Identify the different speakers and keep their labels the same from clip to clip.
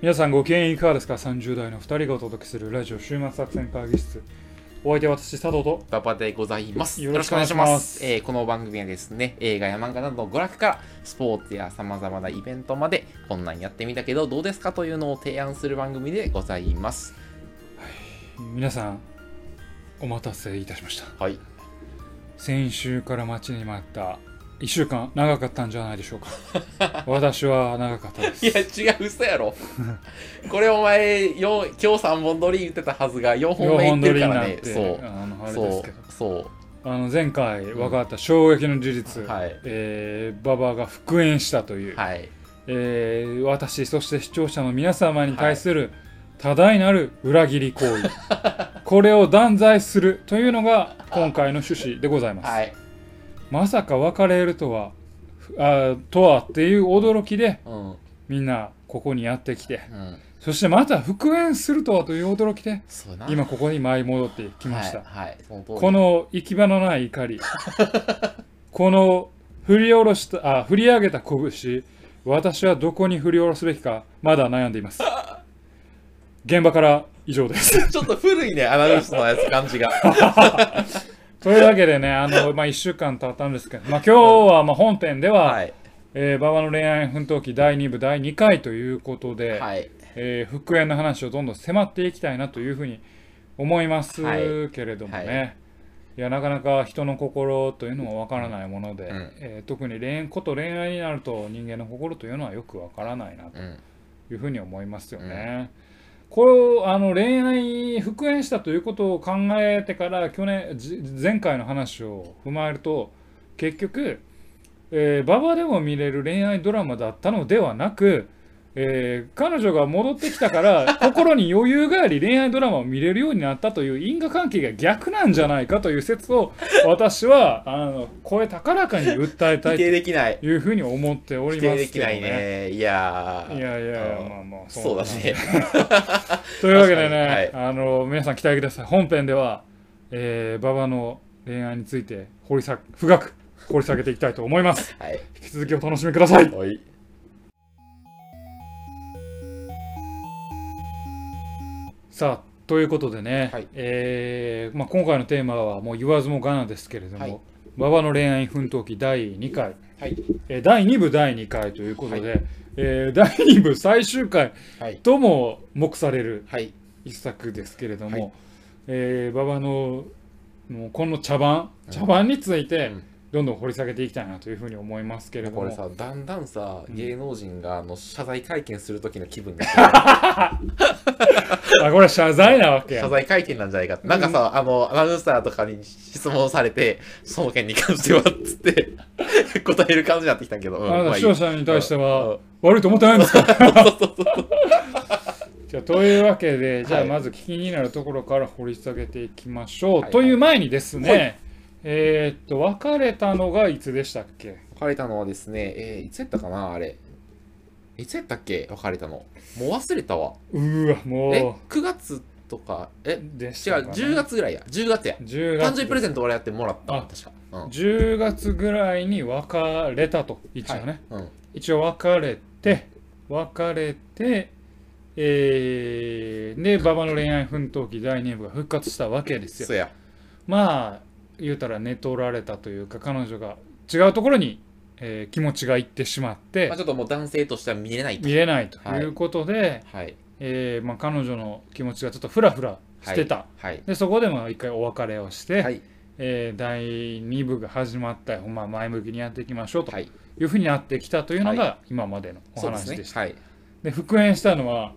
Speaker 1: 皆さんご機嫌いかがですか ?30 代の2人がお届けするラジオ週末作戦会議室。お相手は私、佐藤と。
Speaker 2: 馬場でございます。
Speaker 1: よ
Speaker 2: よ
Speaker 1: ろ
Speaker 2: ろ
Speaker 1: し
Speaker 2: し
Speaker 1: く
Speaker 2: く
Speaker 1: お
Speaker 2: お
Speaker 1: 願い
Speaker 2: 願い
Speaker 1: し
Speaker 2: し
Speaker 1: ま
Speaker 2: ますす。えーこの番組はですね、映画や漫画などの娯楽から、スポーツや様々なイベントまで、こんなんやってみたけど、どうですかというのを提案する番組でございます。
Speaker 1: 皆さん、お待たせいたしました。
Speaker 2: はい。
Speaker 1: 先週から待ちに待った1週間、長かったんじゃないでしょう か。私は長かったで
Speaker 2: いや、
Speaker 1: す。
Speaker 2: 違う、嘘やろ。 これお前、よん今日3本撮り言ってたはずが、4本
Speaker 1: 4
Speaker 2: 目言
Speaker 1: 本
Speaker 2: って
Speaker 1: 撮り
Speaker 2: る
Speaker 1: に
Speaker 2: か
Speaker 1: な
Speaker 2: ら
Speaker 1: っ
Speaker 2: ね。
Speaker 1: て、
Speaker 2: そう。
Speaker 1: あのあれです
Speaker 2: そ
Speaker 1: けど。
Speaker 2: う。そ
Speaker 1: あの前回分かった衝撃の事実、
Speaker 2: う。はい。
Speaker 1: えー、ババが復縁したという、
Speaker 2: はい。
Speaker 1: えー私そして視聴者の皆様に対する多大なる裏切り行 為、これを断罪するというのが今回の趣旨でございます、
Speaker 2: はい。
Speaker 1: まさか別れるとはあーとはっていう驚きで
Speaker 2: うん。う
Speaker 1: みんなここにやってきて
Speaker 2: ん。
Speaker 1: そしてまた復縁するとはという驚きで
Speaker 2: そうやな。
Speaker 1: 今ここに舞い戻ってきました、
Speaker 2: はい。はい、その通り
Speaker 1: この行き場のない怒り この振り下ろしたあ振り上げた拳私はどこに振り下ろすべきかまだ悩んでいます現場から以上です
Speaker 2: ちょっと古いね、アナウンスのやつ、感じが。
Speaker 1: というわけでねあの、まあ、1週間経ったんですけど、まあ、今日はまあ本編では、
Speaker 2: はい。
Speaker 1: えー馬場の恋愛奮闘記第2部第2回ということで、
Speaker 2: はい。
Speaker 1: えー復縁の話をどんどん迫っていきたいなというふうに思います
Speaker 2: はい
Speaker 1: けれどもね、、
Speaker 2: はい
Speaker 1: やなかなか人の心というのもわからないもので、
Speaker 2: うん
Speaker 1: えー特に恋こと恋愛になると人間の心というのはよくわからないなと
Speaker 2: うん。
Speaker 1: いうふうに思いますよね。これをあの恋愛復縁したということを考えてから去年じ前回の話を踏まえると結局、えー、馬場でも見れる恋愛ドラマだったのではなく、えー彼女が戻ってきたから 心に余裕があり恋愛ドラマを見れるようになったという因果関係が逆なんじゃないかという説を私はあの声高らかに訴えた
Speaker 2: 否
Speaker 1: い
Speaker 2: 定できない。
Speaker 1: というふうに思ってお
Speaker 2: 否
Speaker 1: ります
Speaker 2: 定で
Speaker 1: け
Speaker 2: き
Speaker 1: ど
Speaker 2: ない
Speaker 1: ね。
Speaker 2: ね。いや
Speaker 1: いや
Speaker 2: ー。
Speaker 1: いやい
Speaker 2: うん
Speaker 1: やまあまあ
Speaker 2: そうだね。
Speaker 1: というわけでね、
Speaker 2: 確
Speaker 1: あの皆さん期待ください本編では、えー、馬場の恋愛について掘り下げ深く 掘り下げていきたいと思います
Speaker 2: はい。
Speaker 1: 引き続きお楽しみください
Speaker 2: はい。
Speaker 1: さあということでね、
Speaker 2: はい
Speaker 1: えーまあ、今回のテーマはもう言わずもがなですけれども、
Speaker 2: はい
Speaker 1: 馬場の恋愛奮闘記第2回、
Speaker 2: はい。
Speaker 1: えー第2部第2回ということで、えー第2部最終回
Speaker 2: はい。
Speaker 1: とも目される
Speaker 2: はい。
Speaker 1: 一作ですけれども、
Speaker 2: はい
Speaker 1: えー馬場のもうこの茶番茶番について
Speaker 2: うん
Speaker 1: どんどん掘り下げていきたいなというふうに思いますけれど
Speaker 2: こ
Speaker 1: も、
Speaker 2: れさ、だんだんさ、
Speaker 1: ん
Speaker 2: 芸能人があの謝罪会見するときの気分が、
Speaker 1: あこれ謝罪なわけ
Speaker 2: 謝
Speaker 1: や
Speaker 2: 罪会見なんじゃないかって。なんかさ、あの、アナウンサーとかに質問されて、その件に関しては、 つって、答える感じになってきたけど。うん
Speaker 1: あな
Speaker 2: ま
Speaker 1: た
Speaker 2: あい
Speaker 1: 視
Speaker 2: い
Speaker 1: 聴者に対して
Speaker 2: う
Speaker 1: は
Speaker 2: ん
Speaker 1: 悪いと思ってないんですか
Speaker 2: そうそうそうそう
Speaker 1: じゃあというわけでじゃあ
Speaker 2: はい
Speaker 1: まず気になるところから掘り下げていきましょう、
Speaker 2: はい
Speaker 1: という前にですね、
Speaker 2: は
Speaker 1: えーっと別れたのがいつでしたっけ
Speaker 2: 別れたのはですね、えーいつやったかな、あれ。いつやったっけ別れたの。もう忘れたわ。
Speaker 1: うーわ
Speaker 2: え
Speaker 1: も、
Speaker 2: 9月とか、え、
Speaker 1: うでし
Speaker 2: 違う
Speaker 1: たか、な
Speaker 2: 10月ぐらいや。10月や。
Speaker 1: 10
Speaker 2: 誕
Speaker 1: 月
Speaker 2: 生日プレゼント俺やってもらった
Speaker 1: あ
Speaker 2: わ確か。うん。
Speaker 1: 10月ぐらいに別れたと一応ね、
Speaker 2: うん。
Speaker 1: 一応別れて別れてえー、で馬場の恋愛奮闘記第2部が復活したわけですよ
Speaker 2: そうや。
Speaker 1: まあ言うたら寝取られたというか彼女が違うところに、えー気持ちがいってしまって
Speaker 2: まあ、ちょっともう男性としては見れないと
Speaker 1: 見。れないということで、
Speaker 2: はい。
Speaker 1: えーまあ、彼女の気持ちがちょっとフラフラしてた、
Speaker 2: はい。
Speaker 1: でそこでまあ一回お別れをして、
Speaker 2: はい。
Speaker 1: えー第2部が始まったよ、まあ、前向きにやっていきましょうと
Speaker 2: はい。
Speaker 1: いうふうになってきたというの
Speaker 2: は
Speaker 1: が今までのお
Speaker 2: そうです
Speaker 1: 話
Speaker 2: ね
Speaker 1: でし。た。
Speaker 2: はい。
Speaker 1: で復縁したのは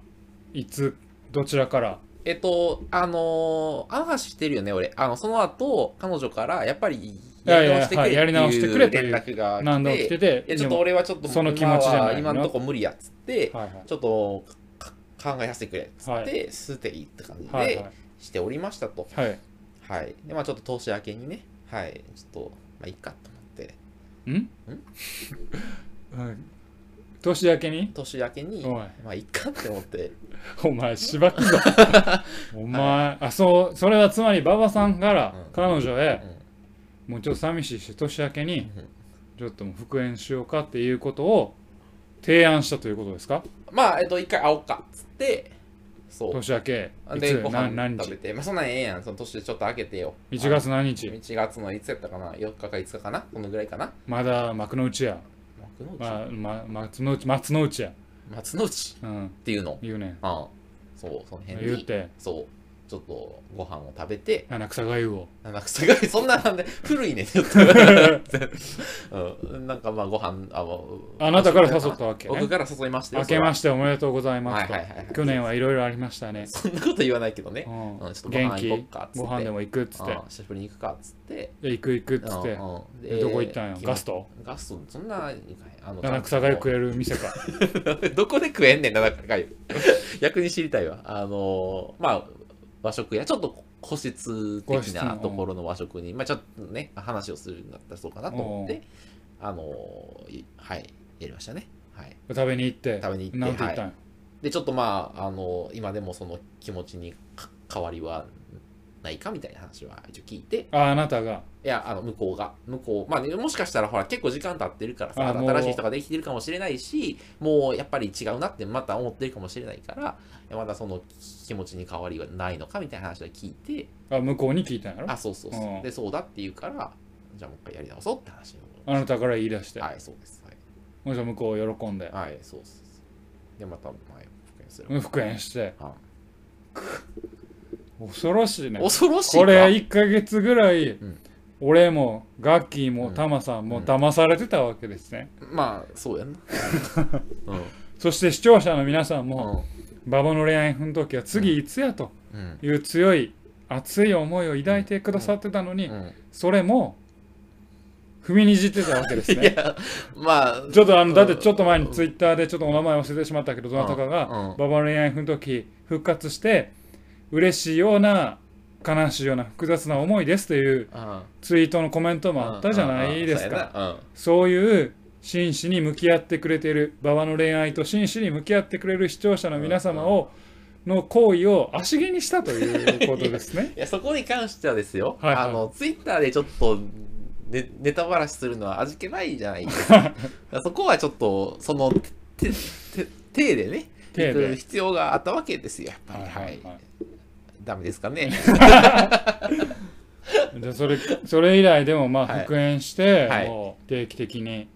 Speaker 1: いつどちらから
Speaker 2: えっと、あのー、あの話してるよね、俺。あの、その後、彼女から、やっぱり、
Speaker 1: やいやはいやり直してくれ
Speaker 2: っ
Speaker 1: と
Speaker 2: て
Speaker 1: い
Speaker 2: いう連絡が
Speaker 1: 何度も来て
Speaker 2: 来て、
Speaker 1: て
Speaker 2: えちょっと
Speaker 1: で
Speaker 2: 俺はちょっと、
Speaker 1: その気持ちじゃないの
Speaker 2: 今は今のとこ無理やっつって、
Speaker 1: もはいはい
Speaker 2: ちょっとか考えさせてくれっつ
Speaker 1: は
Speaker 2: っ
Speaker 1: い
Speaker 2: て、捨ていいって感じ
Speaker 1: はい
Speaker 2: でしておりましたと。
Speaker 1: はいは
Speaker 2: はい。で、まあちょっと投資明けにね、はい、ちょっと、まあいいかと思って、
Speaker 1: いんはい年明けに
Speaker 2: 年明けに、
Speaker 1: おい
Speaker 2: まあいいかって思って、
Speaker 1: お前しばく ぞお前、あそうそれはつまり馬場さんから
Speaker 2: うん
Speaker 1: 彼女
Speaker 2: う
Speaker 1: へ
Speaker 2: ん
Speaker 1: もうちょっと寂しいし年明けに
Speaker 2: うん
Speaker 1: ちょっともう復縁しようかっていうことを提案したということですか
Speaker 2: まあ、えっと、一回会おうかっつって、そう。
Speaker 1: 年明けい
Speaker 2: で、
Speaker 1: つ
Speaker 2: ご
Speaker 1: 何何
Speaker 2: 飯食べ
Speaker 1: 日
Speaker 2: て、まあ、そんなんええやん、その年でちょっと開けてよ。
Speaker 1: 1月何
Speaker 2: あ
Speaker 1: 日
Speaker 2: の1月のいつやったかな ?4 日か5日かなこのぐらいかな
Speaker 1: まだ幕の内や、
Speaker 2: 幕の内、
Speaker 1: まあま、松の内松の内や、
Speaker 2: 松の内
Speaker 1: うん、
Speaker 2: っていうの。
Speaker 1: 言うねん
Speaker 2: ああそう、その辺
Speaker 1: 言っ
Speaker 2: に。
Speaker 1: て
Speaker 2: そう。ちょっとご飯を食べて、
Speaker 1: 七草がゆを
Speaker 2: なんかすごい、そんななんで、古いね、ちょっと。うん、なんかまあ、ご飯、あ、もう
Speaker 1: あなたから誘ったわけね
Speaker 2: 僕から誘いましたよ。
Speaker 1: 明けま
Speaker 2: し
Speaker 1: しておめでとうございますと、
Speaker 2: はいはいはいはい
Speaker 1: 去年はいろいろありましたね、
Speaker 2: そんなこと言わないけどね
Speaker 1: う。
Speaker 2: うん、
Speaker 1: ん
Speaker 2: ちょっとご
Speaker 1: 元
Speaker 2: 飯行こ
Speaker 1: 気
Speaker 2: っか、つって。
Speaker 1: ご飯でも行くっつって
Speaker 2: あ久しぶりに行くか、つって。
Speaker 1: いや行く行くっつって、
Speaker 2: うん
Speaker 1: でどこ行ったんやガス
Speaker 2: ト
Speaker 1: ト
Speaker 2: ガスト、そんな、あの
Speaker 1: 七草がゆ食え
Speaker 2: え
Speaker 1: る店か
Speaker 2: る。 どこで食えんねん、七草がゆ。 逆に知りたいわ。あのー、まあ、和食や、ちょっと個室
Speaker 1: 個
Speaker 2: 的
Speaker 1: 室
Speaker 2: な
Speaker 1: の
Speaker 2: ところの和食に、まあ、ちょっとね、話をするんだったらそうかなと思って、あのー、いはい、やりましたね。はい。
Speaker 1: 食べに行って
Speaker 2: 食べに行って
Speaker 1: なんて言ったんや、
Speaker 2: で、ちょっとまあ、あのー、今でもその気持ちにか変わりはないかみたいな話は一応聞いて、
Speaker 1: ああなたが
Speaker 2: いや、あの、向こうが。向こう。まあ、ね、もしかしたら、ほら、結構時間経ってるからさ、
Speaker 1: あもう
Speaker 2: 新しい人ができてるかもしれないし、もう、やっぱり違うなって、また思ってるかもしれないから、いやまだその気持ちに変わりはないのかみたいな話を聞いて、
Speaker 1: あ向こうに聞いたんやろ
Speaker 2: あ、
Speaker 1: あ
Speaker 2: そうそうそうう。
Speaker 1: ん
Speaker 2: で、そうだって言うから、じゃあもう一回やり直そうって話を。
Speaker 1: なたから言い出して、
Speaker 2: はい、そうです。
Speaker 1: もうじゃあ向こう喜んで、
Speaker 2: はい、はい、そうそうそう。で、また、まあ、復元する。
Speaker 1: うん復縁して
Speaker 2: は
Speaker 1: 恐ろしいね
Speaker 2: 恐ろしいか
Speaker 1: これ1ヶ月ぐらい、
Speaker 2: ん
Speaker 1: 俺もガッキー
Speaker 2: う
Speaker 1: も
Speaker 2: ん
Speaker 1: タマさんも
Speaker 2: うん
Speaker 1: 騙されてたわけですね、
Speaker 2: まあ、そう やんな。うん。
Speaker 1: そして視聴者の皆さんも、
Speaker 2: うん
Speaker 1: 馬場の恋愛奮闘記は次いつやと
Speaker 2: うん。
Speaker 1: いう強い熱い思いを抱いてくださってたのに、
Speaker 2: うん
Speaker 1: それも踏みにじってたわけです
Speaker 2: い
Speaker 1: ね
Speaker 2: や、まあ、
Speaker 1: ちょっとあのだって
Speaker 2: うん
Speaker 1: ちょっと前にツイッターでちょっとお名前忘れてしまったけどどなたかが
Speaker 2: うんうん
Speaker 1: 馬場の恋愛奮闘記復活して嬉しいような悲しいような複雑な思いですという
Speaker 2: うん
Speaker 1: ツイートのコメントもあったじゃないですか。
Speaker 2: うんうんうん。
Speaker 1: そういう真摯に向き合ってくれている馬場の恋愛と真摯に向き合ってくれる視聴者の皆様をの行為を足毛にしたということですね
Speaker 2: いやそこに関してはですよ、
Speaker 1: はいはい
Speaker 2: あのツイッターでちょっとネネタばらしするのは味気ないじゃないです かそこはちょっとその手手でね
Speaker 1: 手で
Speaker 2: 行く必要があったわけですよやっぱり はい、ダメですか ね
Speaker 1: い、じゃあそれそれ以来でもまあ
Speaker 2: はい
Speaker 1: 復縁して、
Speaker 2: はい
Speaker 1: もう定期的に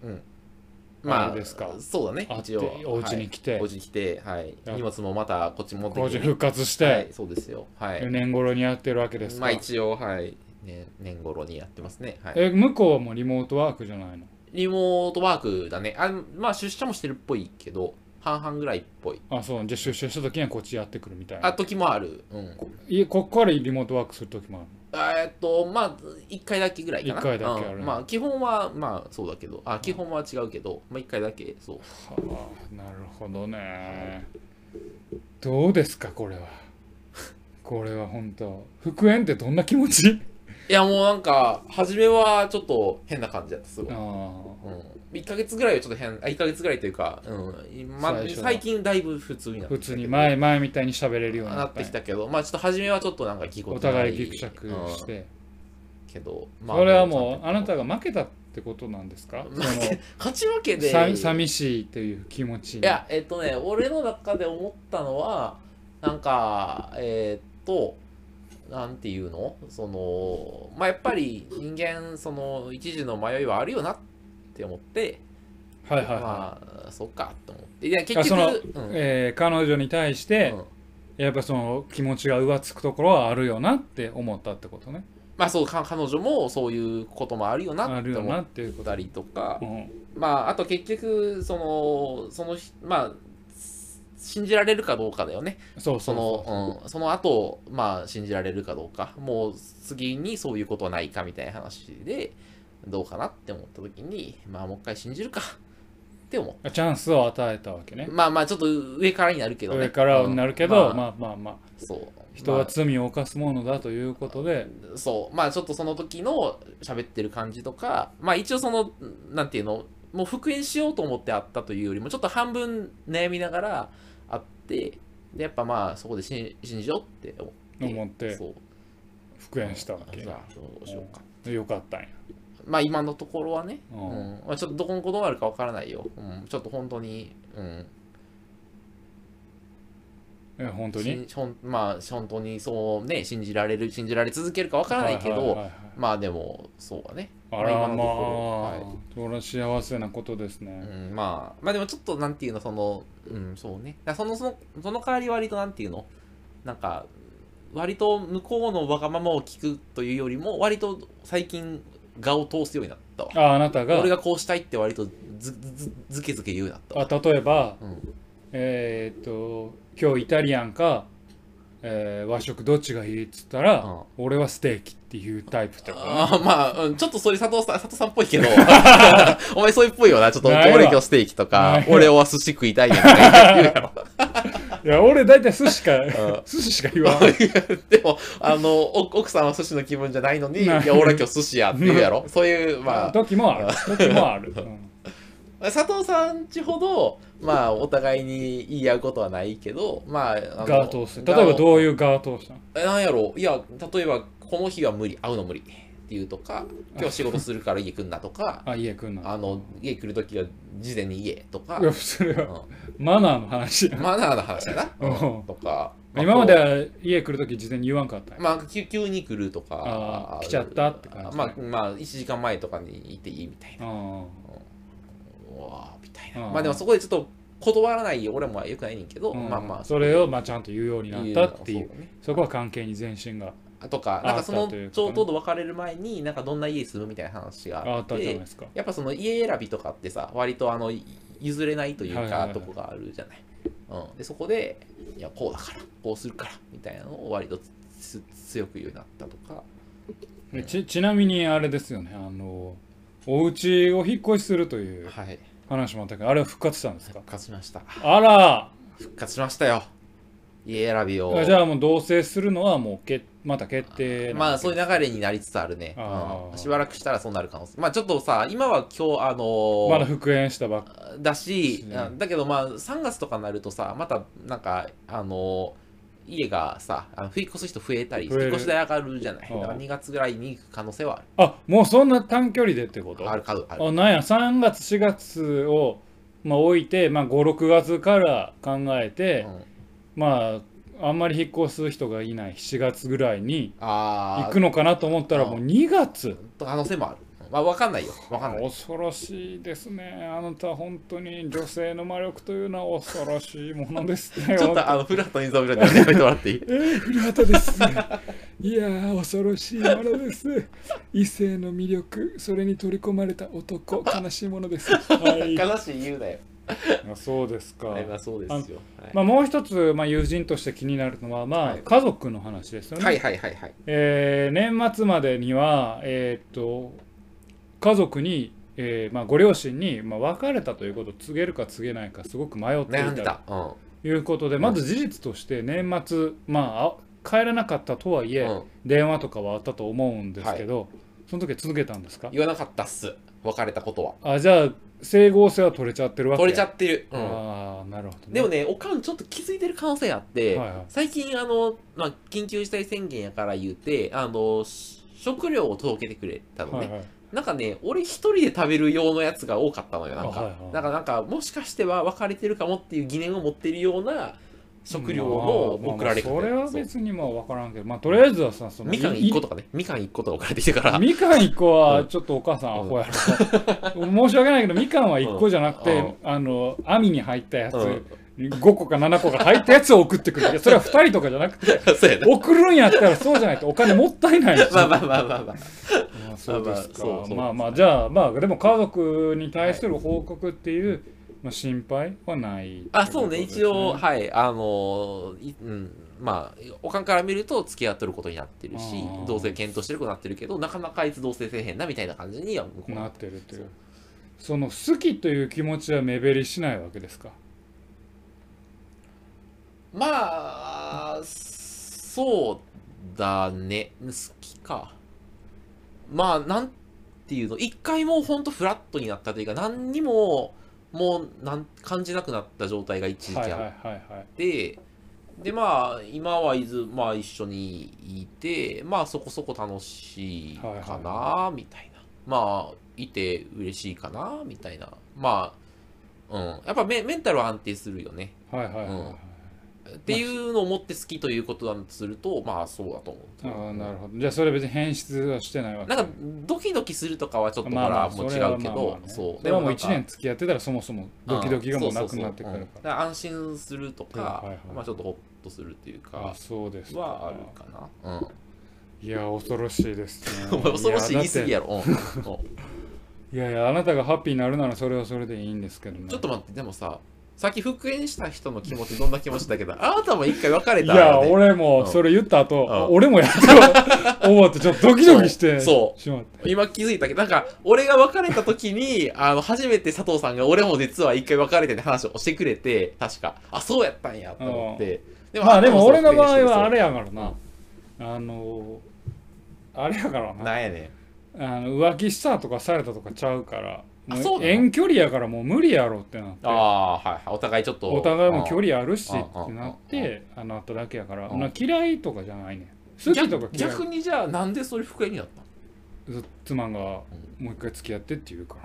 Speaker 2: まあ
Speaker 1: あれですか
Speaker 2: そうだね
Speaker 1: 会って
Speaker 2: 一応
Speaker 1: お家に来て
Speaker 2: はい、お家に来て、はい、
Speaker 1: や
Speaker 2: 荷物もまたこっち持って
Speaker 1: 工
Speaker 2: き
Speaker 1: 事
Speaker 2: てね、
Speaker 1: 復活し
Speaker 2: はい
Speaker 1: て、
Speaker 2: そうですよはい
Speaker 1: 4年頃にやってるわけですか
Speaker 2: まあ
Speaker 1: ら、
Speaker 2: 一応はい、ね、年頃にやってますねはい
Speaker 1: え向こうもリモートワークじゃないの
Speaker 2: リモートワークだね。あまあ、出社もしてるっぽいけど、半々ぐらいっぽい。
Speaker 1: あそうじゃあ出社した時にはこっちやってくるみたい
Speaker 2: あ、
Speaker 1: な
Speaker 2: 時もある。うん。
Speaker 1: いここからリモートワークする時もある
Speaker 2: あえっと、まあ、1回だけぐらいかな。
Speaker 1: 一回だけあるね
Speaker 2: うんまあ、基本は、まあ、そうだけど、あ、基本は違うけど、まあ、1回だけ、そう。
Speaker 1: のはあなるほどねどうですかこれは これは本当復縁ってどんな気持ち
Speaker 2: いや、もうなんか、初めはちょっと変な感じだった、すごい。
Speaker 1: あ
Speaker 2: うん、1ヶ月ぐらいはちょっと変、あ、1ヶ月ぐらいというか、うん、ま
Speaker 1: 最初は
Speaker 2: 最近だいぶ普通にな
Speaker 1: あ
Speaker 2: って
Speaker 1: 普
Speaker 2: きた
Speaker 1: 通
Speaker 2: けど
Speaker 1: に前前みたいに喋れるように
Speaker 2: な
Speaker 1: な
Speaker 2: っ
Speaker 1: ってて
Speaker 2: き
Speaker 1: き
Speaker 2: たけど、まあちょっと初めはちょっとなんかぎこ
Speaker 1: お
Speaker 2: ちない
Speaker 1: 互いギクシャクし
Speaker 2: うん
Speaker 1: て、
Speaker 2: けど、まあ
Speaker 1: それはもうあな
Speaker 2: が
Speaker 1: たが負けたってことなんですかそ
Speaker 2: 勝ち負けで
Speaker 1: のさ寂しいという気持ちに
Speaker 2: いやえっとね俺の中で思ったのはなんかえーっとなんていうのそのまあやっぱり人間その一時の迷いはあるよなって思って、
Speaker 1: はいはいはい、
Speaker 2: まあそっかと思っていや結局
Speaker 1: その
Speaker 2: うん
Speaker 1: えー彼女に対して、
Speaker 2: うん
Speaker 1: やっぱその気持ちが浮つくところはあるよなって思ったってことね
Speaker 2: まあそうか彼女もそういうこともあるよな
Speaker 1: あ
Speaker 2: っ
Speaker 1: る
Speaker 2: て
Speaker 1: よ
Speaker 2: 思
Speaker 1: な
Speaker 2: っ
Speaker 1: っていうこと、
Speaker 2: たりとか
Speaker 1: う、ん
Speaker 2: まああと結局そのそのひまあ信じられるかどうかだよね
Speaker 1: そうそ
Speaker 2: そ
Speaker 1: うそう
Speaker 2: の、うん、その後、まあ、信じられるかどうか、もう次にそういうことはないかみたいな話で、どうかなって思った時に、まあ、もう一回信じるかって思
Speaker 1: チャンスを与えたわけ
Speaker 2: う。
Speaker 1: ね
Speaker 2: まあまあ、ちょっと上からになるけど
Speaker 1: そ
Speaker 2: ね。
Speaker 1: れからになるけど、
Speaker 2: うん
Speaker 1: まあ、まあまあ
Speaker 2: そう。
Speaker 1: 人は罪を犯すものだということで、
Speaker 2: まあそう。まあ、ちょっとその時の喋ってる感じとか、まあ、一応その、なんていうの、もう復縁しようと思ってあったというよりも、ちょっと半分悩みながらあって、で、やっぱまあ、そこで信信じようって思って。
Speaker 1: 思って
Speaker 2: そう
Speaker 1: 復縁したわ
Speaker 2: じゃあ
Speaker 1: け
Speaker 2: どうしようか。
Speaker 1: よかったんや
Speaker 2: まあ今のところはね、
Speaker 1: う
Speaker 2: うんんまあ、ちょっとどこの子どうなるかわからないよ、うん、ちょっと本当に、うん、
Speaker 1: え本当に
Speaker 2: しんほんまあ本当にそうね信じられる信じられ続けるかわからないけ
Speaker 1: はい
Speaker 2: ど、
Speaker 1: はいはいはい
Speaker 2: まあでもそうだね、
Speaker 1: あら
Speaker 2: まあ
Speaker 1: ま
Speaker 2: 今
Speaker 1: あ
Speaker 2: のところはい
Speaker 1: それは幸せなことです
Speaker 2: う
Speaker 1: ね、
Speaker 2: ん、まあまあでもちょっとなんていうのそのうんそうねだからそのそのその代わり割となんていうのなんか割と向こうのわがままを聞くというよりも割と最近顔を通すようになったわ
Speaker 1: ああなたが
Speaker 2: 俺がこうしたいって割とずずずけずけ言うようになったわ
Speaker 1: あ例えば
Speaker 2: うん、
Speaker 1: えーっと今日イタリアンか、えー和食どっちがいいっつったら、
Speaker 2: うん
Speaker 1: 俺はステーキっていうタイプってことね
Speaker 2: あーまあ、うんちょっとそれ佐藤さん、佐藤さんっぽいけ ど、お前そういうっぽいよな。ちょっと、
Speaker 1: ないわ
Speaker 2: 俺今日ステーキと
Speaker 1: な
Speaker 2: か
Speaker 1: い、わ
Speaker 2: 俺は寿司食いたいやんとか言うやろ。
Speaker 1: いや俺大体寿司か
Speaker 2: ん
Speaker 1: 寿司しか言わ ない
Speaker 2: でも、あの、お奥さんは寿司の気分じゃないのに、い
Speaker 1: な
Speaker 2: や
Speaker 1: い、
Speaker 2: 俺は今日寿司やって言うやろ。そういう、まあ、
Speaker 1: 時 もある時もある、うん
Speaker 2: 佐藤さんちほど、まあ、お互いに言い合うことはないけど、まあ、あの
Speaker 1: ガー通す例えばどういうガー通したの
Speaker 2: えなんやろういや例えばこの日は無理会うの無理っていうとか今日仕事するから家来んなとか
Speaker 1: あ家来んの
Speaker 2: あの家来る時は事前に家とか、
Speaker 1: いやそれ
Speaker 2: う
Speaker 1: は
Speaker 2: ん
Speaker 1: マナーの話や
Speaker 2: マナーの話だな、
Speaker 1: うん
Speaker 2: うんとか
Speaker 1: 今までは家来る時事前に言わんかったんや
Speaker 2: まあ急急に来るとか
Speaker 1: あー来ちゃったって感じ
Speaker 2: まあまあ1時間前とかにいていいみたいな
Speaker 1: あ
Speaker 2: うわーみたいな
Speaker 1: うん
Speaker 2: まあでもそこでちょっと断らない俺もよくないねんけど、
Speaker 1: あ、うん
Speaker 2: まあまあ
Speaker 1: それをまあちゃんと言うようになったっていう
Speaker 2: そね
Speaker 1: そこは関係に前進が
Speaker 2: とかなんかそ
Speaker 1: あっ
Speaker 2: の
Speaker 1: たというか
Speaker 2: ちょうど別れる前になんかどんな家に住むみたいな話が
Speaker 1: あ
Speaker 2: あ
Speaker 1: っ
Speaker 2: った
Speaker 1: じゃない
Speaker 2: て
Speaker 1: ですか
Speaker 2: やっぱその家選びとかってさ割とあのい譲れないというか、
Speaker 1: はいはいはい
Speaker 2: とこがあるじゃない、うん、でそこでいやこうだからこうするからみたいなのを割とつつ強く言うようになったとか
Speaker 1: でちちなみにあれですよねあのお家を引っ越しするという
Speaker 2: はい
Speaker 1: 話もあったけどあれは復活したんですか
Speaker 2: 復活しました
Speaker 1: あら
Speaker 2: 復活しましたよ家選びを
Speaker 1: じゃあもう同棲するのはもうけまた決定
Speaker 2: まあそう
Speaker 1: う
Speaker 2: いう流れになりつつあるね、
Speaker 1: あー
Speaker 2: うんしばらくしたらそうなる可能性まあちょっとさ今は今日あのー
Speaker 1: まだ復縁したばっか
Speaker 2: だし、
Speaker 1: ね
Speaker 2: うんだけどまあ3月とかになるとさまたなんかあの家がさあの引っ越す人増えたり
Speaker 1: 増える
Speaker 2: 引っ越し代上がるじゃない
Speaker 1: うん
Speaker 2: だから2月ぐらいに行く可能性はあ
Speaker 1: あもうそんな短距離でってこと
Speaker 2: るあるかある
Speaker 1: あなんや3月4月を、まあ、置いて、まあ、56月から考えて、
Speaker 2: うん
Speaker 1: まああんまり引っ越す人がいない7月ぐらいに
Speaker 2: あー
Speaker 1: 行くのかなと思ったらもう
Speaker 2: う
Speaker 1: 2月
Speaker 2: 可能性もあるまあ分かんないよ分かんない
Speaker 1: 恐ろしいですねあなた本当に女性の魔力というのは恐ろしいものですね
Speaker 2: ちょっとあのフラットにゾミラでやめてもらってい い
Speaker 1: えー、古畑です。いやー、恐ろしいものです。異性の魅力、それに取り込まれた男、悲しいものです。は
Speaker 2: 悲しい言うなよ
Speaker 1: い、そうですか。
Speaker 2: まあそうですよはい
Speaker 1: まあ、もう一つ、まあ、友人として気になるのは、まあ、
Speaker 2: はい
Speaker 1: 家族の話ですよね。
Speaker 2: はいはいはいはい
Speaker 1: えー年末までには、えーっと、家族に、えーまあ、ご両親に、まあ、別れたということを告げるか告げないかすごく迷ってい
Speaker 2: 悩んで
Speaker 1: た
Speaker 2: たうん
Speaker 1: ということで、まず事実として年末、まあ、あ帰らなかったとはいえ、
Speaker 2: うん
Speaker 1: 電話とかはあったと思うんですけど、その時は続けたんですか
Speaker 2: 言わなかったっす別れたことは
Speaker 1: あじゃあ整合性は取れちゃってるわけ
Speaker 2: 取れちゃ
Speaker 1: て、
Speaker 2: ってるうん
Speaker 1: ああなるほど、
Speaker 2: でもね、おかんちょっと気づいてる可能性あって、
Speaker 1: はいはい
Speaker 2: 最近、あの、まあ、緊急事態宣言やから言うて、あの、し食料を届けてくれたのね。
Speaker 1: はいはい、
Speaker 2: なんかね、俺一人で食べる用のやつが多かったのよ、なんか。
Speaker 1: あはいはい
Speaker 2: なんか、なんか、もしかしては別れてるかもっていう疑念を持ってるような食料
Speaker 1: まあま
Speaker 2: の
Speaker 1: あ
Speaker 2: 送られ方、
Speaker 1: それは
Speaker 2: そう
Speaker 1: 別にまあ分からんけどまあとりあえずはさその
Speaker 2: みかん
Speaker 1: い
Speaker 2: 1個とかね、みかん1個とか送られてきたから。
Speaker 1: みかん1個
Speaker 2: う
Speaker 1: は
Speaker 2: ん
Speaker 1: ちょっとお母さんアホやろ、申し訳ないけどみかんは1個じゃなくて、
Speaker 2: うん
Speaker 1: あの網に入ったやつ、
Speaker 2: うん
Speaker 1: 5個か7個が入ったやつを送ってくるいやそれは2人とかじゃなくて
Speaker 2: そうやな。
Speaker 1: 送るんやったらそうじゃないとお金もったいないし
Speaker 2: まあまあまあまあまあ。
Speaker 1: まあそうですか、
Speaker 2: まあまあそうそうです
Speaker 1: まあまあじゃあまあでも家族に対する報告っていう、まあ、心配はない
Speaker 2: あ、そうね、一応、
Speaker 1: は
Speaker 2: はい、あのーいうん、まあ、おかんから見ると付き合っとることになってる
Speaker 1: あ
Speaker 2: し
Speaker 1: ー、
Speaker 2: 同棲検討してることになってるけど、なかなかあいつ同棲せえへんな、みたいな感じには向こう
Speaker 1: なっ
Speaker 2: は
Speaker 1: てるというその好きという気持ちは目減りしないわけですか
Speaker 2: まあ、そうだね、好きか。まあ、なんていうの、一回もうほんとフラットになったというか、何にも、もうなん感じなくなった状態が一時期
Speaker 1: は
Speaker 2: あ
Speaker 1: い
Speaker 2: って
Speaker 1: はいはいはい
Speaker 2: ででまあ今は伊豆、まあ、一緒にいてまあそこそこ楽しいかなみたいなまあ、いて嬉しいかな、みたいな。まあ、うん。やっぱメメンタルは安定するよね。
Speaker 1: はいはいはいはい、
Speaker 2: っていうのを持って好きということだとすると、まあそうだと思う。
Speaker 1: ああなるほどじゃあそれ別に変質はしてないわけ
Speaker 2: なんか、ドキドキするとかはちょっと
Speaker 1: ま
Speaker 2: ま
Speaker 1: あま
Speaker 2: だ
Speaker 1: あ
Speaker 2: も
Speaker 1: そう
Speaker 2: 違
Speaker 1: れは
Speaker 2: うけ
Speaker 1: まあま
Speaker 2: ど
Speaker 1: あ、ね
Speaker 2: そう。
Speaker 1: それはもう
Speaker 2: なんか
Speaker 1: 1年付き合ってたらそもそもドキドキがもうなくなってくる
Speaker 2: そうそうそううん
Speaker 1: か
Speaker 2: だから安心するとか、
Speaker 1: はいはいはい
Speaker 2: まあちょっとホッとするっていう
Speaker 1: らあ
Speaker 2: か
Speaker 1: そうですか
Speaker 2: はあるかな、う
Speaker 1: いや恐ろしいですね
Speaker 2: ん、お前 恐ろしい言い過ぎ
Speaker 1: や
Speaker 2: やろ、うんうん
Speaker 1: だっていやいやあなたがハッピーになるならそれはそれでいいんですけどね
Speaker 2: ちょっと待ってでもささっき復縁した人の気持ちどんな気持ちだけどあなたも一回別れ
Speaker 1: い
Speaker 2: たよ
Speaker 1: や
Speaker 2: ね
Speaker 1: 俺もそれ言った後、
Speaker 2: うん
Speaker 1: 俺もやったと思ってちょっとドキドキして
Speaker 2: そうそう
Speaker 1: しまって
Speaker 2: 今気づいたけどなんか俺が別れた時にあの初めて佐藤さんが俺も実は一回別れてって話をしてくれて確かあそうやったんやと思ってで
Speaker 1: まあでも俺の場合
Speaker 2: そう
Speaker 1: はあれやからな、あのあれやからな
Speaker 2: なんやね
Speaker 1: あの浮気したとかされたとかちゃうから
Speaker 2: あ
Speaker 1: もう
Speaker 2: そうなの
Speaker 1: 遠距離やからもう無理やろってなっ
Speaker 2: ん
Speaker 1: て
Speaker 2: ああーはいはいお互いちょっと
Speaker 1: お互いも距離あるし
Speaker 2: うん
Speaker 1: ってなってあのあっただけやから
Speaker 2: うん
Speaker 1: な嫌いとかじゃないねん好きとか
Speaker 2: 逆
Speaker 1: 嫌い
Speaker 2: 逆にじゃあなんでそれ復縁になったの
Speaker 1: ず妻がもう一回付き合ってって言うか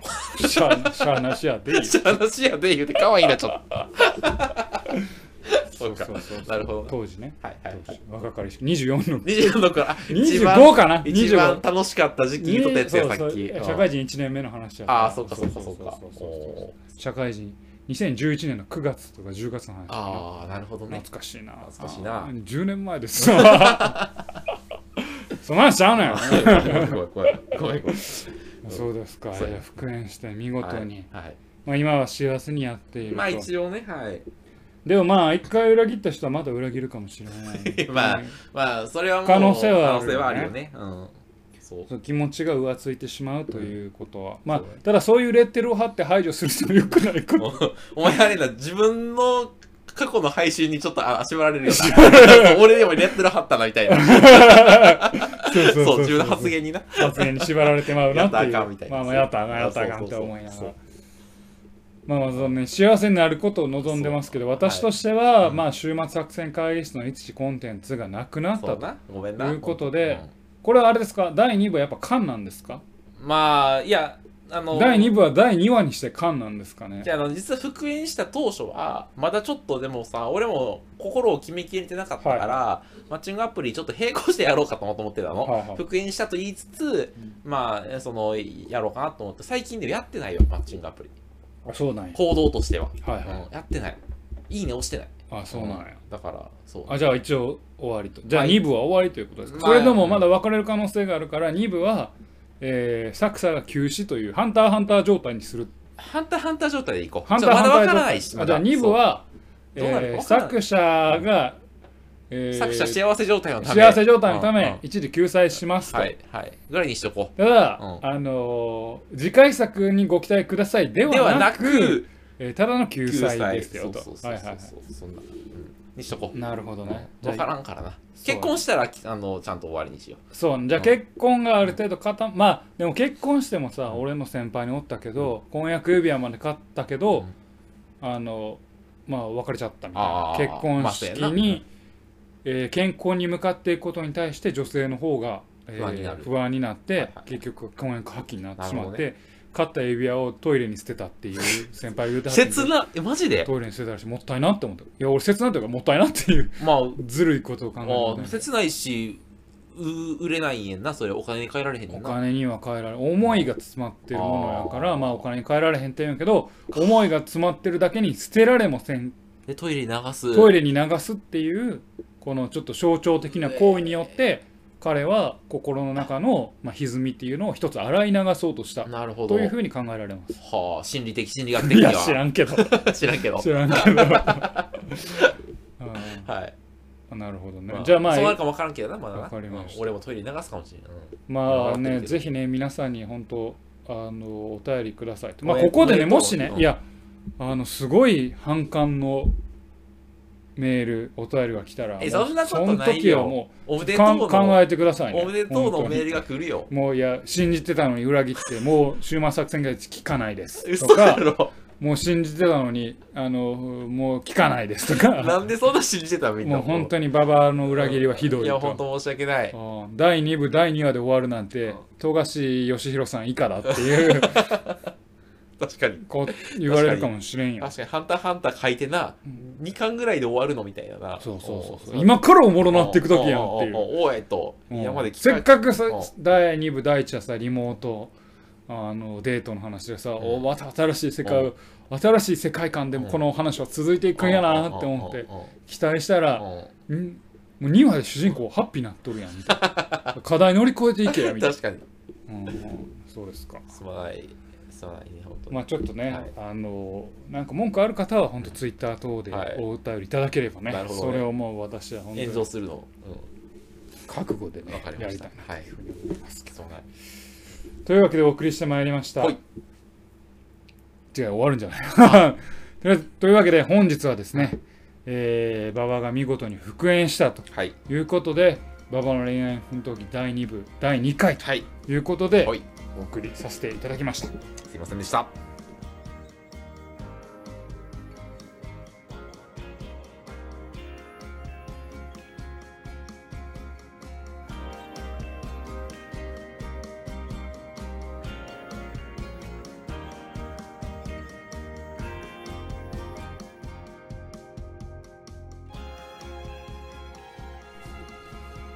Speaker 1: らしゃあしゃあなしやでいい
Speaker 2: じゃあ話やで言うて可愛いなちょっと そうか
Speaker 1: そうそうそう
Speaker 2: なるほどな
Speaker 1: 当時ね
Speaker 2: はいはい
Speaker 1: 当
Speaker 2: はい
Speaker 1: 時若かりし24の
Speaker 2: 24の頃あ一番
Speaker 1: 25かな
Speaker 2: 一番
Speaker 1: 25
Speaker 2: 楽しかった時期にとってやつや
Speaker 1: そう
Speaker 2: さ
Speaker 1: そう
Speaker 2: っき
Speaker 1: 社会人1年目の話や
Speaker 2: ああーそうかそうかそうか
Speaker 1: そうそうそうそう
Speaker 2: おー
Speaker 1: 社会人2011年の9月とか10月の話
Speaker 2: ああなるほどね
Speaker 1: 懐かしいな
Speaker 2: 懐かしいな
Speaker 1: あー10年前ですわそんなんしちゃうのよ
Speaker 2: 怖い怖い怖い怖い
Speaker 1: そうですかい
Speaker 2: そう
Speaker 1: や復縁して見事に、
Speaker 2: はいはい
Speaker 1: まあ、今は幸せにやっていると、
Speaker 2: まあ一応ねはい
Speaker 1: でもまあ一回裏切った人はまだ裏切るかもしれ ない
Speaker 2: まあまあそれはもう
Speaker 1: 可能性はあるよね
Speaker 2: 可能性はあるよねうんそう
Speaker 1: そう気持ちが浮ついてしまうということは、まあ
Speaker 2: そうだね
Speaker 1: ただそういうレッテルを貼って排除するとよくないかも
Speaker 2: おお前あれだ、自分の過去の配信にちょっとあ縛られるよ な。俺でもレッテル貼ったなみたいな。
Speaker 1: そうそう
Speaker 2: そう、自分の発言にな。
Speaker 1: 発言に縛られてまうなってい
Speaker 2: やったらあかんみ
Speaker 1: う
Speaker 2: たいな
Speaker 1: まあまあやったらあかんやったらあかんって思いな
Speaker 2: そ
Speaker 1: が
Speaker 2: う
Speaker 1: ら
Speaker 2: そう
Speaker 1: まあまあそのね幸せになることを望んでますけど
Speaker 2: そう
Speaker 1: 私としては、
Speaker 2: うん
Speaker 1: まあ週末作戦会議室の一コンテンツがなくなっ
Speaker 2: そ
Speaker 1: た
Speaker 2: う
Speaker 1: と
Speaker 2: な。ごめんな。
Speaker 1: ということでこれはあれですか第2部はやっぱ缶なんですか
Speaker 2: うんまあ、いや、あの、
Speaker 1: 第2部は第2話にして缶なんですかね
Speaker 2: じゃあ、あの、実は復縁した当初は、まだちょっとでもさ、俺も心を決めきれてなかったから、マッチングアプリちょっと並行してやろうかとも思ってたの。
Speaker 1: はいはい
Speaker 2: 復縁したと言いつつ、まあ、その、やろうかなと思って、最近でもやってないよ、マッチングアプリ。
Speaker 1: あそうなんや
Speaker 2: 行動としては。
Speaker 1: はい
Speaker 2: うん
Speaker 1: はい
Speaker 2: やってない。いいね押してない。
Speaker 1: あそうなんや
Speaker 2: だから、そう。
Speaker 1: あじゃあ一応終わりとじゃあ
Speaker 2: はい
Speaker 1: 2部は終わりということですか、
Speaker 2: まあ
Speaker 1: それでもまだ別れる可能性があるから2部は、えー、サクサが休止というハンターハンター状態にする
Speaker 2: ハンターハンター状態でいこう。
Speaker 1: ハンター
Speaker 2: ちょっ
Speaker 1: ハン
Speaker 2: と
Speaker 1: タ
Speaker 2: ま
Speaker 1: ー状
Speaker 2: だわからな
Speaker 1: 態
Speaker 2: いし。
Speaker 1: あじゃあ2部は、
Speaker 2: どうなる
Speaker 1: えー
Speaker 2: かわからない
Speaker 1: 作者が、え
Speaker 2: そう、
Speaker 1: ー
Speaker 2: 作者幸せ状態のため。
Speaker 1: 幸せ状態のた
Speaker 2: うんう
Speaker 1: め
Speaker 2: ん
Speaker 1: 一時救済しますと、
Speaker 2: はい、はい。ぐらいにしとこ
Speaker 1: ただ、
Speaker 2: うん
Speaker 1: あのー次回作にご期待くださいで
Speaker 2: う。では
Speaker 1: はな
Speaker 2: な
Speaker 1: く
Speaker 2: く、
Speaker 1: えーただの救
Speaker 2: 救
Speaker 1: 済
Speaker 2: 済
Speaker 1: ですよと
Speaker 2: そうそう
Speaker 1: は
Speaker 2: そ
Speaker 1: いうはい
Speaker 2: そ
Speaker 1: は
Speaker 2: う。そんな。うんにしとこ
Speaker 1: い、
Speaker 2: う。
Speaker 1: なるほどね、じゃ
Speaker 2: わか
Speaker 1: あ
Speaker 2: らんからな。
Speaker 1: そう
Speaker 2: 結婚したら、あの、ちゃんと終わりにしよ
Speaker 1: そうじゃあ
Speaker 2: うん
Speaker 1: 結婚がある程度固ままあでも結婚してもさ俺の先輩におったけど婚約指輪まで買ったけど
Speaker 2: うん
Speaker 1: あのまあ別れちゃったみたいな
Speaker 2: あー
Speaker 1: 結婚
Speaker 2: まあそうや
Speaker 1: 式
Speaker 2: な
Speaker 1: にえー健康に向かっていくことに対して女性の方がえー
Speaker 2: 不安になる
Speaker 1: 不安になっ
Speaker 2: はい
Speaker 1: て
Speaker 2: はい
Speaker 1: 結局婚約破棄になってしまっ
Speaker 2: なる
Speaker 1: て買った指輪をトイレに捨てたっていう 先輩が言うて
Speaker 2: う。
Speaker 1: はったんで
Speaker 2: 切な、え、マジで
Speaker 1: トイレに捨てたらしいもったいなって思ったいや俺切なというかもったいなっていう
Speaker 2: まあ、
Speaker 1: ずるいことを考え
Speaker 2: ま
Speaker 1: ると
Speaker 2: あ、
Speaker 1: ね
Speaker 2: 切ないし、う売れないんやんな、それ。お金に換えられへんね
Speaker 1: お
Speaker 2: んな。
Speaker 1: 金には変えられ思いが詰まってるものやから
Speaker 2: あー
Speaker 1: まあお金に変えられへんって言うんやけど思いが詰まってるだけに捨てられもせん
Speaker 2: で、トイレに流す。
Speaker 1: トイレに流すっていうこのちょっと象徴的な行為によって彼は心の中の、まあ、歪みっていうのを一つ洗い流そうとした
Speaker 2: なるほど。
Speaker 1: というふうに考えられます
Speaker 2: はあ、心理的、心理学的
Speaker 1: い
Speaker 2: に
Speaker 1: や知
Speaker 2: は。
Speaker 1: らんけど
Speaker 2: 知らんけど。
Speaker 1: 知らん けどうん
Speaker 2: はい。
Speaker 1: なるほどね
Speaker 2: ま
Speaker 1: じゃあま
Speaker 2: そうなる
Speaker 1: あ
Speaker 2: かも分からんけどなまだな
Speaker 1: わかりました
Speaker 2: うん俺もトイレ流すかもしれない、
Speaker 1: まあ
Speaker 2: わかって
Speaker 1: ね
Speaker 2: るけど
Speaker 1: ぜひね皆さんに本当あのお便りくださいと
Speaker 2: お
Speaker 1: まあ
Speaker 2: め
Speaker 1: ここでね
Speaker 2: おめでとう
Speaker 1: もしね
Speaker 2: うん
Speaker 1: いやあのすごい反感のメールお便りが来たら
Speaker 2: え
Speaker 1: もう
Speaker 2: そんなこと
Speaker 1: その
Speaker 2: ない
Speaker 1: 時は
Speaker 2: よ
Speaker 1: も
Speaker 2: おめ
Speaker 1: う
Speaker 2: でとう
Speaker 1: かん
Speaker 2: の
Speaker 1: 考えてくださいね
Speaker 2: おめでとうの
Speaker 1: 本当
Speaker 2: メ
Speaker 1: に
Speaker 2: ールが来るよ
Speaker 1: もういや信じてたのに裏切ってもう週末作戦会期聞かないですと
Speaker 2: 嘘だ
Speaker 1: か
Speaker 2: ろ
Speaker 1: もう信じてたのにあのもう聞かないですとか
Speaker 2: なんでそんな信じてたみんな
Speaker 1: もう本当に馬場の裏切りはひどい
Speaker 2: い
Speaker 1: と
Speaker 2: や本当申し訳ない
Speaker 1: うん第2部第2話で終わるなんて
Speaker 2: うん
Speaker 1: 富樫義弘さん以下だって いう
Speaker 2: 確かに
Speaker 1: こう言われるかもしれんよ
Speaker 2: 確かに「ハンターハンター」書いてな、2巻ぐらいで終わるのみたいなな
Speaker 1: そうそうそうそうん今からおもろなっていく時やんってい
Speaker 2: お
Speaker 1: う
Speaker 2: おおおえと
Speaker 1: うん
Speaker 2: 今まで
Speaker 1: せっかくさ
Speaker 2: うん
Speaker 1: 第2部第1話さリモートあのデートの話でさ、おまた新しい世界を新しい世界観でもこの話は続いていくんやなって思って期待したら、んもう2話で主人公ハッピーになっとるやんみたいな 課題乗り越えていけやみたいな、
Speaker 2: 確かに
Speaker 1: うんうんそうですか
Speaker 2: すまないすまないね本当に
Speaker 1: まあちょっとね、
Speaker 2: はい
Speaker 1: あのなんか文句ある方は本当ツイッター等で
Speaker 2: はい
Speaker 1: お便りいただければね,、
Speaker 2: なるほど
Speaker 1: そ
Speaker 2: ね
Speaker 1: れをもう私は本当
Speaker 2: 炎上
Speaker 1: に
Speaker 2: するのうん
Speaker 1: 覚悟でね
Speaker 2: わかり
Speaker 1: や
Speaker 2: ま
Speaker 1: り
Speaker 2: した
Speaker 1: い
Speaker 2: た。
Speaker 1: な
Speaker 2: はい。そうなん
Speaker 1: というわけでお送りしてまいりました、
Speaker 2: はい
Speaker 1: 違う終わるんじゃない とりあえずというわけで本日はですねえー馬場が見事に復縁したと
Speaker 2: はい。
Speaker 1: いうことで馬場の恋愛奮闘記第2部第2回
Speaker 2: はい。
Speaker 1: ということで
Speaker 2: はい
Speaker 1: お送りさせていただきました
Speaker 2: すいませんでした。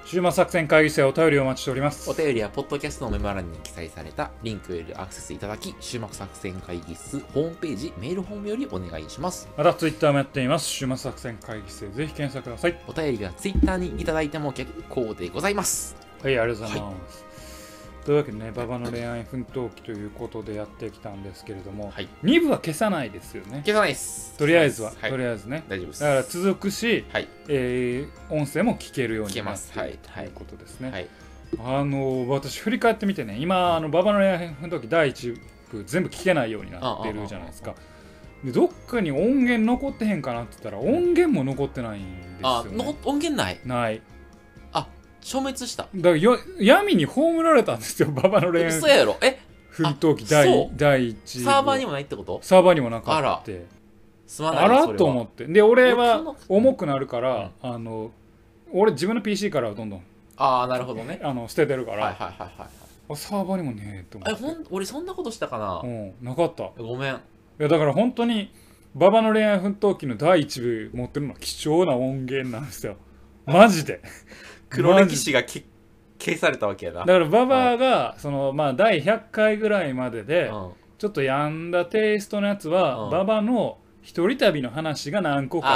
Speaker 1: 週末作戦会議室へお便りをお待ちしております
Speaker 2: お便りは、ポッドキャストのメモ欄に記載されたリンクよりアクセスいただき、週末作戦会議室ホームページ、メールフォームよりお願いします。
Speaker 1: またツイッターもやっています週末作戦会議室へぜひ検索ください
Speaker 2: お便りは Twitter にいただいても結構でございます。
Speaker 1: はい、ありがとうございます。というわけでね、馬場の恋愛奮闘記ということでやってきたんですけれども、
Speaker 2: はい。
Speaker 1: 二2部は消さないですよね。
Speaker 2: 消さないです。
Speaker 1: とりあえずは、
Speaker 2: はい
Speaker 1: と。りあえずね。
Speaker 2: 大丈夫です。
Speaker 1: だから続くし、
Speaker 2: はい。
Speaker 1: えー音声も聞けるようになって
Speaker 2: 聞けますはい
Speaker 1: るということですね。
Speaker 2: はい。
Speaker 1: あの私振り返ってみてね、今あの馬場の恋愛奮闘記第1部全部聞けないようになってるじゃないですか。でどっかに音源残ってへんかなって言ったら音源も残ってないんですよ
Speaker 2: あ、
Speaker 1: ね、
Speaker 2: の音源ない。
Speaker 1: ない
Speaker 2: 消滅した。
Speaker 1: だからよ闇に葬られたんですよ馬場の恋愛
Speaker 2: 嘘やろ。え、
Speaker 1: 奮闘記
Speaker 2: あそ
Speaker 1: 第
Speaker 2: う
Speaker 1: 第一部
Speaker 2: サーバーにもないってこと
Speaker 1: サーバーにもなかった
Speaker 2: すまない
Speaker 1: あらと思
Speaker 2: て。
Speaker 1: ってで俺
Speaker 2: それ
Speaker 1: は
Speaker 2: は
Speaker 1: 重くなるから、あの俺自分の PC からどんどん
Speaker 2: ああ、なるほどね。
Speaker 1: あの捨ててるか
Speaker 2: はい
Speaker 1: ら、
Speaker 2: はいはいはいはい。
Speaker 1: あサーバーにもねえと思
Speaker 2: え、
Speaker 1: って
Speaker 2: ほん、俺そんなことしたかな
Speaker 1: うん、なかったい
Speaker 2: ごめん。
Speaker 1: やだから本当に馬場の恋愛奮闘記の第一部持ってるのは貴重な音源なんですよマジで
Speaker 2: 黒
Speaker 1: マ
Speaker 2: 歴
Speaker 1: ジ
Speaker 2: 史がき消されたわけやな。
Speaker 1: だから馬場がそのまあ第100回ぐらいまでで、
Speaker 2: うん
Speaker 1: ちょっと病んだテイストのやつは、
Speaker 2: うん
Speaker 1: 馬場の一人旅の話が何個か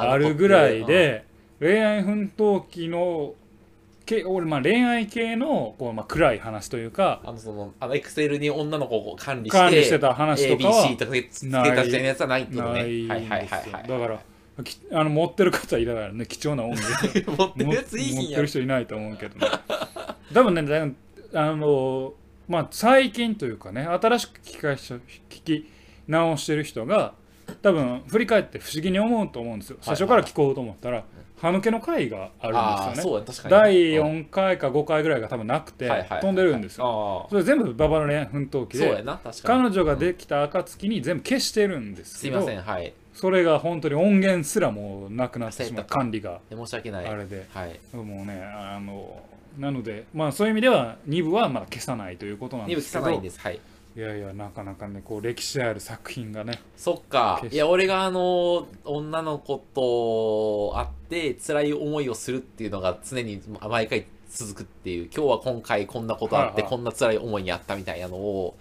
Speaker 2: あー
Speaker 1: あるぐらい、で恋愛奮闘記のけ俺まあ恋愛系のこうまあ暗い話というか
Speaker 2: うんあの、その、あの、エクセルに女の子を管理して、
Speaker 1: 管理してた話とかは
Speaker 2: ABC とかで付け
Speaker 1: ない
Speaker 2: 足してるやつはないってことね。
Speaker 1: な
Speaker 2: はい
Speaker 1: いん
Speaker 2: はいはい
Speaker 1: です
Speaker 2: はい
Speaker 1: よだからきあの持ってる方いながらね貴重な音源
Speaker 2: 持って
Speaker 1: 持
Speaker 2: る
Speaker 1: っ
Speaker 2: やついいひん
Speaker 1: 持っ
Speaker 2: や
Speaker 1: てる人いないと思うけどね 多分ねだいあのまあ最近というかね新しく聞き返し聞き直してる人が多分振り返って不思議に思うと思うんですよ最初から聞こうと思ったら歯抜けの回があるんで
Speaker 2: ああ、
Speaker 1: すよね
Speaker 2: そうや、確かに。
Speaker 1: 第
Speaker 2: っ
Speaker 1: 4回か5回ぐらいが多分なくて飛んでるんですよ。
Speaker 2: よ。あ
Speaker 1: それ全部ババの恋愛奮闘
Speaker 2: あ、
Speaker 1: 記
Speaker 2: そうや
Speaker 1: で
Speaker 2: な、確か
Speaker 1: 彼
Speaker 2: に。
Speaker 1: 女ができた暁に全部消してるんです
Speaker 2: す
Speaker 1: け
Speaker 2: い
Speaker 1: ど
Speaker 2: ません、はい。
Speaker 1: それが本当に音源すらもうなくなってしまう
Speaker 2: 焦ったか
Speaker 1: 管理が
Speaker 2: 申し訳ない。
Speaker 1: あ
Speaker 2: はい。
Speaker 1: れでもうねあのなのでまあそういう意味では2部はまだ消さないということなん
Speaker 2: 二
Speaker 1: で
Speaker 2: 部
Speaker 1: すけ
Speaker 2: さ
Speaker 1: ど
Speaker 2: ないんです。はい。
Speaker 1: いやいやなかなかねこう歴史ある作品がね
Speaker 2: そっか
Speaker 1: 決し
Speaker 2: いや俺があの女の子と会って辛い思いをするっていうのが常に毎回続くっていう今日は今回こんなことあって
Speaker 1: はいはい
Speaker 2: こんな辛い思いにあったみたいなのを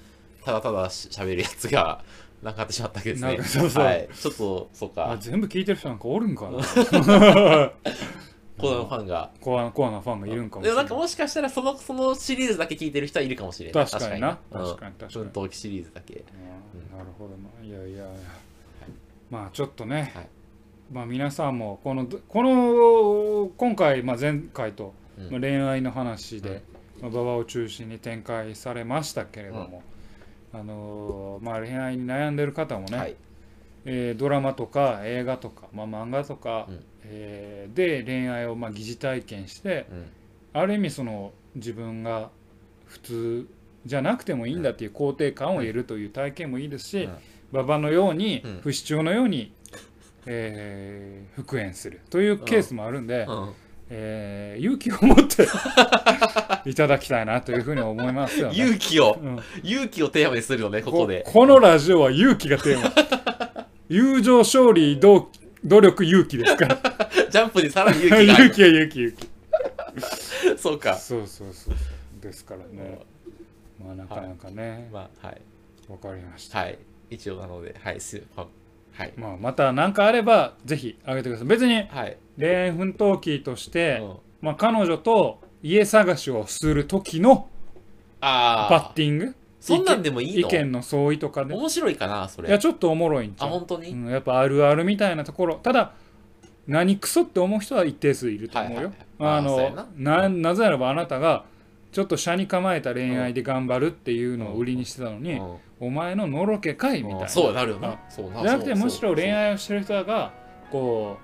Speaker 2: ただただしゃべるやつがなくなってしまったわけです
Speaker 1: なん
Speaker 2: ね
Speaker 1: かそうそう
Speaker 2: はい、ちょっとそっ
Speaker 1: あ
Speaker 2: か
Speaker 1: 全部聞いてる人なんかおるんかな
Speaker 2: コナのファンが
Speaker 1: コアコアなファンがいるんかもし
Speaker 2: で
Speaker 1: れな
Speaker 2: もないんかもしかしたらそのそのシリーズだけ聞いてる人はいるかもしれない
Speaker 1: 確かにな確
Speaker 2: 確
Speaker 1: か
Speaker 2: か
Speaker 1: に
Speaker 2: に
Speaker 1: 確かに
Speaker 2: 奮闘記シリーズだけ
Speaker 1: うんなるほどないやいやいや、まあちょっとね、
Speaker 2: はい
Speaker 1: まあ皆さんもこのこの今回、まあ、前回と、
Speaker 2: うん
Speaker 1: まあ、恋愛の話で、まあ、馬場を中心に展開されましたけれども、あのーまあ、恋愛に悩んでる方もね、
Speaker 2: はい
Speaker 1: えードラマとか映画とか、まあ、漫画とか、
Speaker 2: うん
Speaker 1: えーで恋愛をまあ疑似体験して
Speaker 2: うん
Speaker 1: ある意味その自分が普通じゃなくてもいいんだっていう肯定感を得るという体験もいいですし、
Speaker 2: うん
Speaker 1: 馬場のように、
Speaker 2: うん
Speaker 1: 不死鳥のように、えー復縁するというケースもあるんで、
Speaker 2: うん
Speaker 1: えー勇気を持って いただきたいなというふうに思いますよね。
Speaker 2: 勇気を、
Speaker 1: うん
Speaker 2: 勇気をテーマにするよね、ここで。
Speaker 1: このラジオは勇気がテーマ 友情勝利努努力勇気ですから
Speaker 2: ジャンプにさらに勇気があ
Speaker 1: 勇
Speaker 2: る。
Speaker 1: 気は勇気勇気
Speaker 2: そうか。
Speaker 1: そうそうそうですからねまあなかなかね
Speaker 2: まあ、はい。
Speaker 1: わかりました、
Speaker 2: はい。一応なので、はい。すははい。
Speaker 1: まあ、また何かあればぜひあげてください別に
Speaker 2: はい。
Speaker 1: 恋愛奮闘記として、
Speaker 2: うん
Speaker 1: まあ、彼女と家探しをする時の
Speaker 2: ああ。
Speaker 1: バッティング
Speaker 2: そんなんでもいい
Speaker 1: 意
Speaker 2: の
Speaker 1: 見の相違とかで、
Speaker 2: 面白いかな、そ
Speaker 1: いや
Speaker 2: れ。
Speaker 1: ちょっとおもろいんち
Speaker 2: あ、
Speaker 1: ゃう
Speaker 2: 本当に、
Speaker 1: うん、やっぱあるあるみたいなところただ何クソって思う人は一定数いると思う
Speaker 2: はい
Speaker 1: よ
Speaker 2: はいはいあー
Speaker 1: あ
Speaker 2: そうや
Speaker 1: の
Speaker 2: な
Speaker 1: ななぜならばあなたがちょっと車に構えた恋愛で頑張るっていうのを売りにしてたのに、
Speaker 2: うん
Speaker 1: お前ののろけかいみたいな、
Speaker 2: そう
Speaker 1: じ
Speaker 2: なるよな
Speaker 1: あ。
Speaker 2: そうな
Speaker 1: ゃなくて
Speaker 2: そう
Speaker 1: むしろ恋
Speaker 2: そう
Speaker 1: 愛をしてる人がこ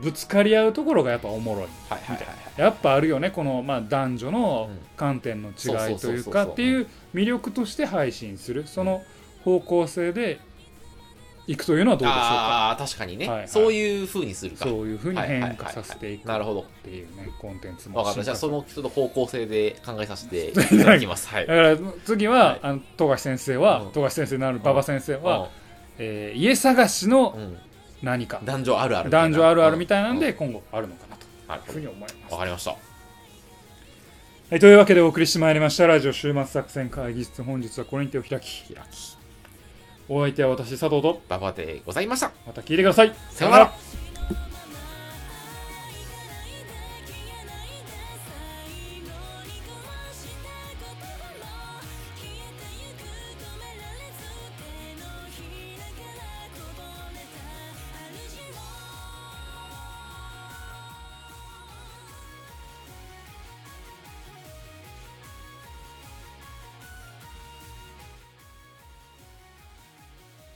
Speaker 1: うぶつかり合うところがやっぱおもろい
Speaker 2: はいはいはいはい。
Speaker 1: やっぱあるよねこの、まあ、男女の
Speaker 2: うん
Speaker 1: 観点の違いという
Speaker 2: そうそうそうそう
Speaker 1: か
Speaker 2: そう
Speaker 1: っていう魅力として配信するその方向性でいくというのはどうでしょうか
Speaker 2: ああ、確かにね、
Speaker 1: はいはい
Speaker 2: そういう風にするか。
Speaker 1: そういうふうに
Speaker 2: はいはいはいはい
Speaker 1: 変化させていく
Speaker 2: なる
Speaker 1: っ
Speaker 2: ほど。
Speaker 1: ていうねコンテンツも
Speaker 2: 分かった。じゃあ、そ
Speaker 1: 進化
Speaker 2: の人の方向性で考えさせていただきます。はい。
Speaker 1: だから次は、
Speaker 2: はい
Speaker 1: あの富樫先生は、
Speaker 2: うん
Speaker 1: 富樫先生なる馬場先生 は、
Speaker 2: うん
Speaker 1: えー家探しの
Speaker 2: うん
Speaker 1: 何か、
Speaker 2: 男女あるあるみたい
Speaker 1: 男
Speaker 2: な。
Speaker 1: 女あるあるみたいなんで、
Speaker 2: う
Speaker 1: 今後あるのかなと
Speaker 2: ん。なる
Speaker 1: いうふ
Speaker 2: ほ
Speaker 1: う
Speaker 2: ど
Speaker 1: に思います、
Speaker 2: わかりました。
Speaker 1: はい、というわけでお送りしてまいりましたラジオ終末作戦会議室本日はこれに手を開き
Speaker 2: 開き。
Speaker 1: お相手は私佐藤と
Speaker 2: 馬場でございました。
Speaker 1: また聞いてください
Speaker 2: さようなら。